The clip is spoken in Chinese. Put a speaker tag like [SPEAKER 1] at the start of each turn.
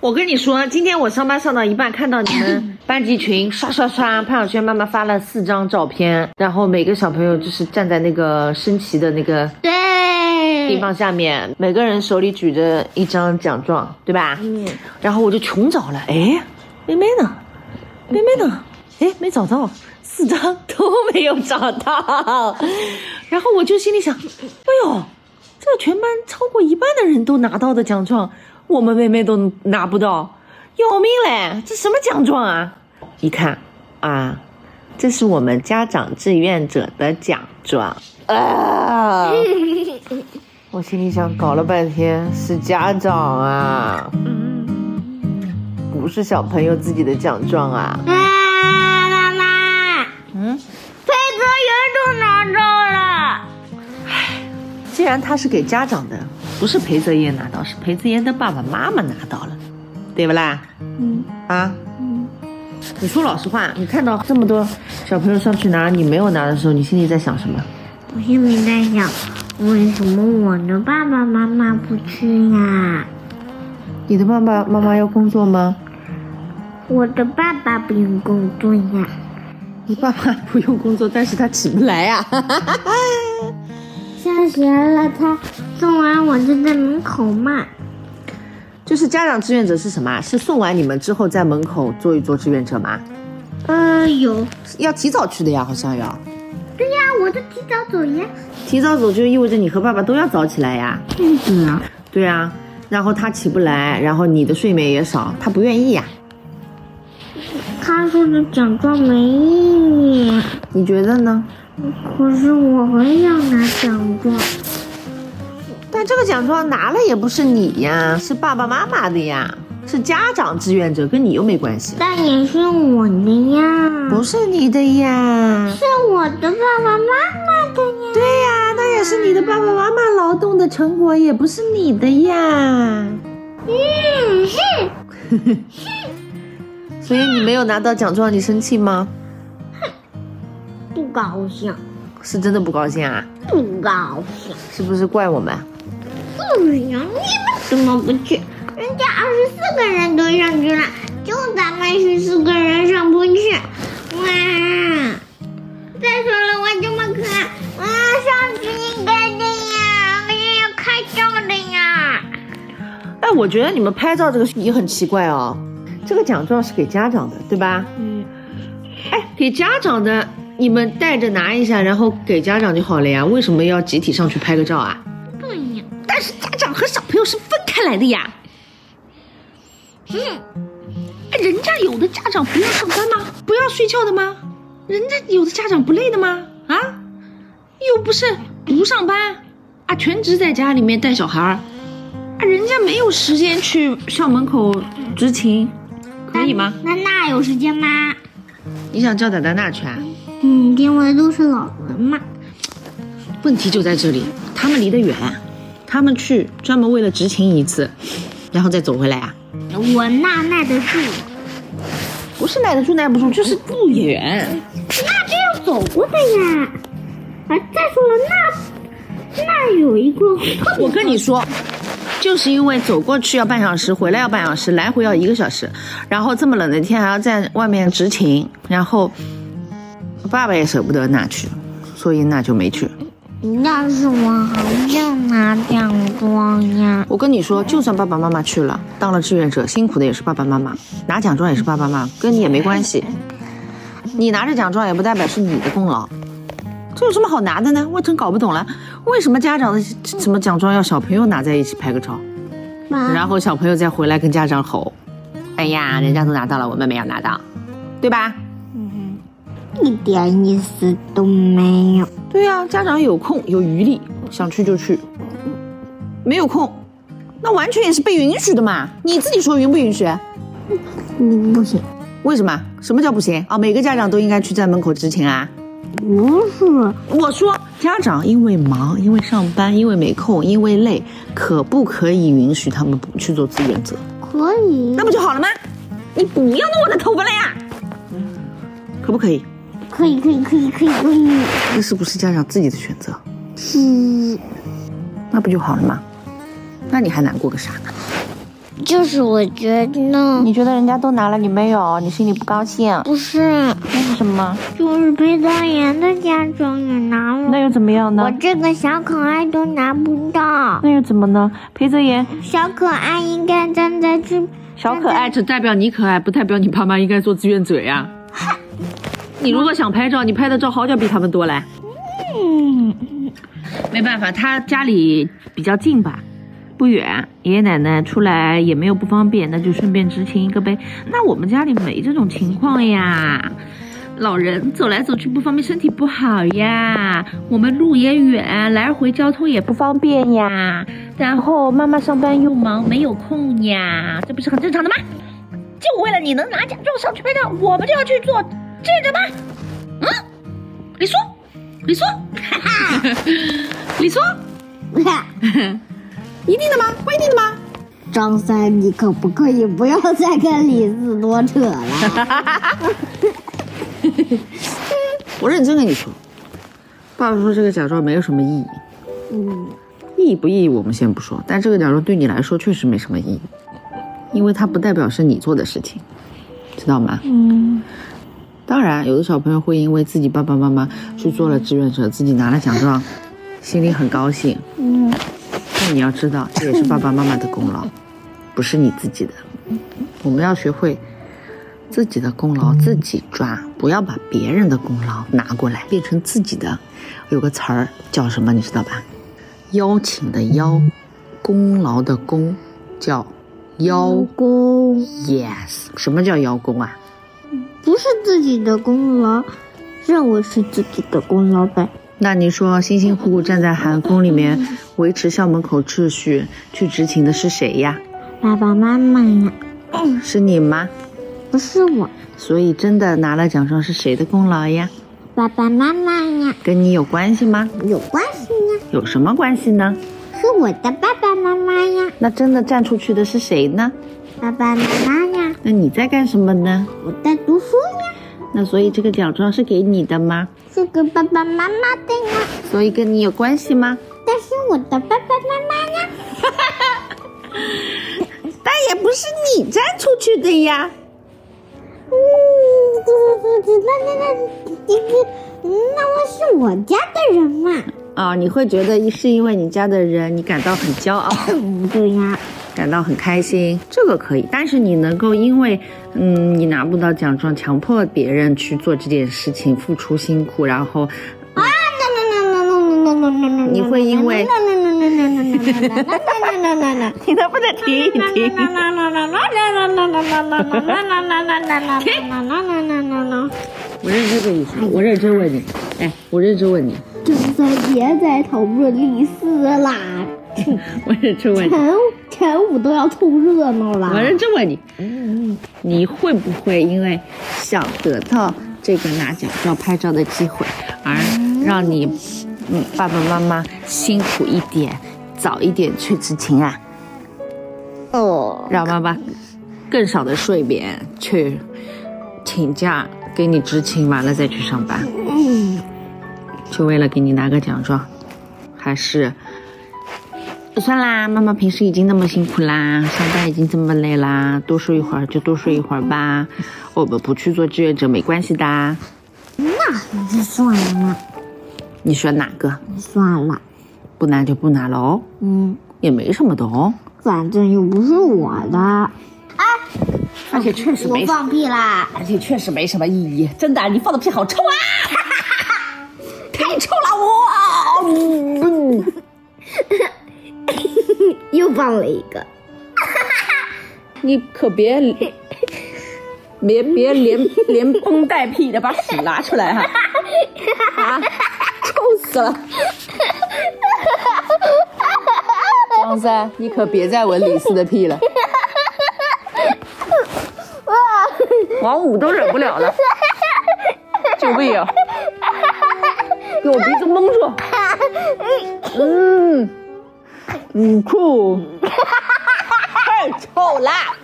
[SPEAKER 1] 我跟你说，今天我上班上到一半，看到你们班级群刷刷刷，潘晓萱妈妈发了四张照片，然后每个小朋友就是站在那个升旗的那个
[SPEAKER 2] 对，
[SPEAKER 1] 地方下面，每个人手里举着一张奖状，对吧？
[SPEAKER 2] 嗯，
[SPEAKER 1] 然后我就穷找了，哎，妹妹呢？妹妹呢？哎，没找到，四张都没有找到。 然后我就心里想，哎呦，这全班超过一半的人都拿到的奖状，我们妹妹都拿不到，要命嘞！这什么奖状啊？一看啊，这是我们家长志愿者的奖状啊！我心里想，搞了半天是家长啊。不是小朋友自己的奖状啊。
[SPEAKER 2] 啊，妈妈，
[SPEAKER 1] 嗯，
[SPEAKER 2] 陪泽源都拿到了，
[SPEAKER 1] 既然他是给家长的，不是裴泽言拿到，是裴泽言的爸爸妈妈拿到了，对不啦？
[SPEAKER 2] 嗯
[SPEAKER 1] 啊，
[SPEAKER 2] 嗯，
[SPEAKER 1] 你说老实话，你看到这么多小朋友上去拿，你没有拿的时候，你心里在想什么？
[SPEAKER 2] 我心里在想，为什么我的爸爸妈妈不去呀？
[SPEAKER 1] 你的爸爸妈妈要工作吗？
[SPEAKER 2] 我的爸爸不用工作呀，
[SPEAKER 1] 你爸爸不用工作，但是他起不来啊呀、
[SPEAKER 2] 下学了他送完我就在门口骂。
[SPEAKER 1] 就是家长志愿者是什么啊？是送完你们之后，在门口做一做志愿者吗？
[SPEAKER 2] 呃，有，
[SPEAKER 1] 要提早去的呀，好像要。
[SPEAKER 2] 对呀，我就提早走呀。
[SPEAKER 1] 提早走就意味着你和爸爸都要早起来呀。
[SPEAKER 2] 嗯对啊，
[SPEAKER 1] 对啊，然后他起不来，然后你的睡眠也少，他不愿意呀、
[SPEAKER 2] 他说的奖状没意义，
[SPEAKER 1] 你觉得呢？
[SPEAKER 2] 可是我很想拿奖状。
[SPEAKER 1] 但这个奖状拿了也不是你呀，是爸爸妈妈的呀，是家长志愿者，跟你又没关系，
[SPEAKER 2] 但也是我的呀，
[SPEAKER 1] 不是你的呀。
[SPEAKER 2] 是我的爸爸妈妈的呀。
[SPEAKER 1] 对呀、那也是你的爸爸妈妈劳动的成果，也不是你的呀。
[SPEAKER 2] 嗯哼，
[SPEAKER 1] 所以你没有拿到奖状，你生气吗？
[SPEAKER 2] 不高兴，
[SPEAKER 1] 是真的不高兴啊？
[SPEAKER 2] 不高兴，
[SPEAKER 1] 是不是怪我们？
[SPEAKER 2] 不行！你们怎么不去？人家二十四个人都上去了，就咱们十四个人上不去。哇！再说了，我这么可爱，我要上去应该的呀，我也要开照的呀。
[SPEAKER 1] 哎，我觉得你们拍照这个也很奇怪哦。这个奖状是给家长的，对吧？
[SPEAKER 2] 嗯，
[SPEAKER 1] 哎，给家长的，你们带着拿一下，然后给家长就好了呀。为什么要集体上去拍个照啊？
[SPEAKER 2] 不一样。
[SPEAKER 1] 但是家长和小朋友是分开来的呀。
[SPEAKER 2] 嗯。
[SPEAKER 1] 哎，人家有的家长不要上班吗？不要睡觉的吗？人家有的家长不累的吗？啊，又不是不上班啊，全职在家里面带小孩儿，啊，人家没有时间去校门口执勤，可以吗？
[SPEAKER 2] 那那有时间吗？
[SPEAKER 1] 你想叫仔仔那去啊？
[SPEAKER 2] 嗯，因为都是老人嘛。
[SPEAKER 1] 问题就在这里，他们离得远，啊他们去专门为了执勤一次，然后再走回来啊？
[SPEAKER 2] 我那耐得住，
[SPEAKER 1] 不是耐得住耐不住，就是路也远。
[SPEAKER 2] 那这要走过的呀。啊，再说了，那那有一个，
[SPEAKER 1] 我跟你说，就是因为走过去要半小时，回来要半小时，来回要一个小时，然后这么冷的天还要在外面执勤，然后爸爸也舍不得那去，所以那就没去。
[SPEAKER 2] 但是我好想拿奖状呀。
[SPEAKER 1] 我跟你说，就算爸爸妈妈去了，当了志愿者，辛苦的也是爸爸妈妈，拿奖状也是爸爸妈妈，跟你也没关系。你拿着奖状也不代表是你的功劳，这有什么好拿的呢？我真搞不懂了，为什么家长的什么奖状要小朋友拿在一起拍个照，然
[SPEAKER 2] 妈，
[SPEAKER 1] 后小朋友再回来跟家长吼：“哎呀，人家都拿到了，我们没有拿到，对吧
[SPEAKER 2] 一点意思都没有。？”
[SPEAKER 1] 对呀、家长有空有余力，想去就去，没有空，那完全也是被允许的嘛。你自己说允不允许？
[SPEAKER 2] 嗯，不行，
[SPEAKER 1] 为什么？什么叫不行啊？每个家长都应该去在门口执勤啊？
[SPEAKER 2] 不是，
[SPEAKER 1] 我说，家长因为忙，因为上班，因为没空，因为累，可不可以允许他们不去做志愿者？
[SPEAKER 2] 可以
[SPEAKER 1] 那，不就好了吗？你不要弄我的头发了呀！可不可以？
[SPEAKER 2] 可以，可以，可以，可以，可以，
[SPEAKER 1] 这是不是家长自己的选择？
[SPEAKER 2] 是
[SPEAKER 1] 嗯那不就好了吗？那你还难过个啥呢？
[SPEAKER 2] 就是我觉得
[SPEAKER 3] 你觉得人家都拿了，你没有，你心里不高兴，
[SPEAKER 2] 不是，
[SPEAKER 3] 为什么？
[SPEAKER 2] 就是陪导员的家长也拿
[SPEAKER 3] 那
[SPEAKER 2] 了，
[SPEAKER 3] 又怎么样呢
[SPEAKER 2] 我？这个小可爱都拿不到。
[SPEAKER 3] 那又怎么呢？陪着演
[SPEAKER 2] 小可爱应该站在这，
[SPEAKER 3] 小可爱，
[SPEAKER 4] 只代表你可爱，不代表你爸妈应该做志愿者呀。你如果想拍照，你拍的照好点比他们多嘞。没办法，他家里比较近吧，不远，爷爷奶奶出来也没有不方便，那就顺便执勤一个呗。那我们家里没这种情况呀，老人走来走去不方便，身体不好呀，我们路也远，来回交通也不方便呀，然后妈妈上班又忙，没有空呀，这不是很正常的吗？就为了你能拿奖状上去拍照，我们就要去做志愿者吗？嗯，李叔，李叔，李叔。一定的吗？不一定的吗？
[SPEAKER 2] 张三，你可不可以不要再跟李四多扯了？
[SPEAKER 1] 我认真跟你说，爸爸说这个奖状没有什么意义。嗯，意义不意义我们先不说，但这个奖状对你来说确实没什么意义，因为它不代表是你做的事情，知道吗？嗯。当然，有的小朋友会因为自己爸爸妈妈去做了志愿者，自己拿了奖状，心里很高兴。嗯。但你要知道，这也是爸爸妈妈的功劳，不是你自己的。我们要学会自己的功劳自己抓，不要把别人的功劳拿过来变成自己的。有个词儿叫什么，你知道吧？邀请的邀，功劳的功，叫邀功。Yes，什么叫邀功啊？
[SPEAKER 2] 不是自己的功劳，认为是自己的功劳呗。
[SPEAKER 1] 那你说，辛辛苦苦站在寒风里面维持校门口秩序去执勤的是谁呀？
[SPEAKER 2] 爸爸妈妈呀，
[SPEAKER 1] 是你吗？
[SPEAKER 2] 不是我，
[SPEAKER 1] 所以真的拿了奖状是谁的功劳呀？
[SPEAKER 2] 爸爸妈妈呀，
[SPEAKER 1] 跟你有关系吗？
[SPEAKER 2] 有关系呀，
[SPEAKER 1] 有什么关系呢？
[SPEAKER 2] 是我的爸爸妈妈呀，
[SPEAKER 1] 那真的站出去的是谁呢？
[SPEAKER 2] 爸爸妈妈呀，
[SPEAKER 1] 那你在干什么呢？
[SPEAKER 2] 我在读书呀，
[SPEAKER 1] 那所以这个奖状是给你的吗？
[SPEAKER 2] 是给爸爸妈妈的呀，
[SPEAKER 1] 所以跟你有关系吗？
[SPEAKER 2] 但是我的爸爸妈妈呀，
[SPEAKER 1] 但也不是你站出去的呀。
[SPEAKER 2] 嗯，那那那那个，那我是我家的人嘛，
[SPEAKER 1] 啊、你会觉得是因为你家的人，你感到很骄傲，
[SPEAKER 2] 嗯，对呀，
[SPEAKER 1] 感到很开心，这个可以。但是你能够因为，嗯，你拿不到奖状，强迫别人去做这件事情，付出辛苦，然后 你会因为
[SPEAKER 3] 你能不能停一停？
[SPEAKER 1] 我认真问你说，我认真问你，哎，我认真问你，
[SPEAKER 2] 正在别再讨论李四啦，
[SPEAKER 1] 我认真问你，
[SPEAKER 2] 陈陈武都要凑热闹
[SPEAKER 1] 我
[SPEAKER 2] 啦。
[SPEAKER 1] 认真问你，嗯你会不会因为想得到这个拿奖状拍照的机会，而让你嗯爸爸妈妈辛苦一点，早一点去执勤啊？
[SPEAKER 2] 哦，
[SPEAKER 1] 让妈妈更少的睡眠去请假，给你执勤完了再去上班，就为了给你拿个奖状，还是？算啦，妈妈平时已经那么辛苦啦，上班已经这么累啦，多睡一会儿就多睡一会儿吧。我们不去做志愿者没关系的啊。
[SPEAKER 2] 那算了，
[SPEAKER 1] 你选哪个？
[SPEAKER 2] 算了，
[SPEAKER 1] 不拿就不拿了哦，
[SPEAKER 2] 嗯，
[SPEAKER 1] 也没什么的哦。
[SPEAKER 2] 反正又不是我的。
[SPEAKER 1] 而且确实
[SPEAKER 2] 哎我
[SPEAKER 1] 没，
[SPEAKER 2] 放屁啦！
[SPEAKER 1] 而且确实没什么意义。
[SPEAKER 4] 真的，你放的屁 好臭啊！
[SPEAKER 2] 太臭了我！ 又放了一个，
[SPEAKER 1] 你可别，别别连连
[SPEAKER 4] 绷带屁的，把屎拿出来哈、
[SPEAKER 1] 啊张三，你可别再闻李四的屁了。王五都忍不了了，救命啊！给我鼻子蒙住。嗯，嗯，酷，太臭啦！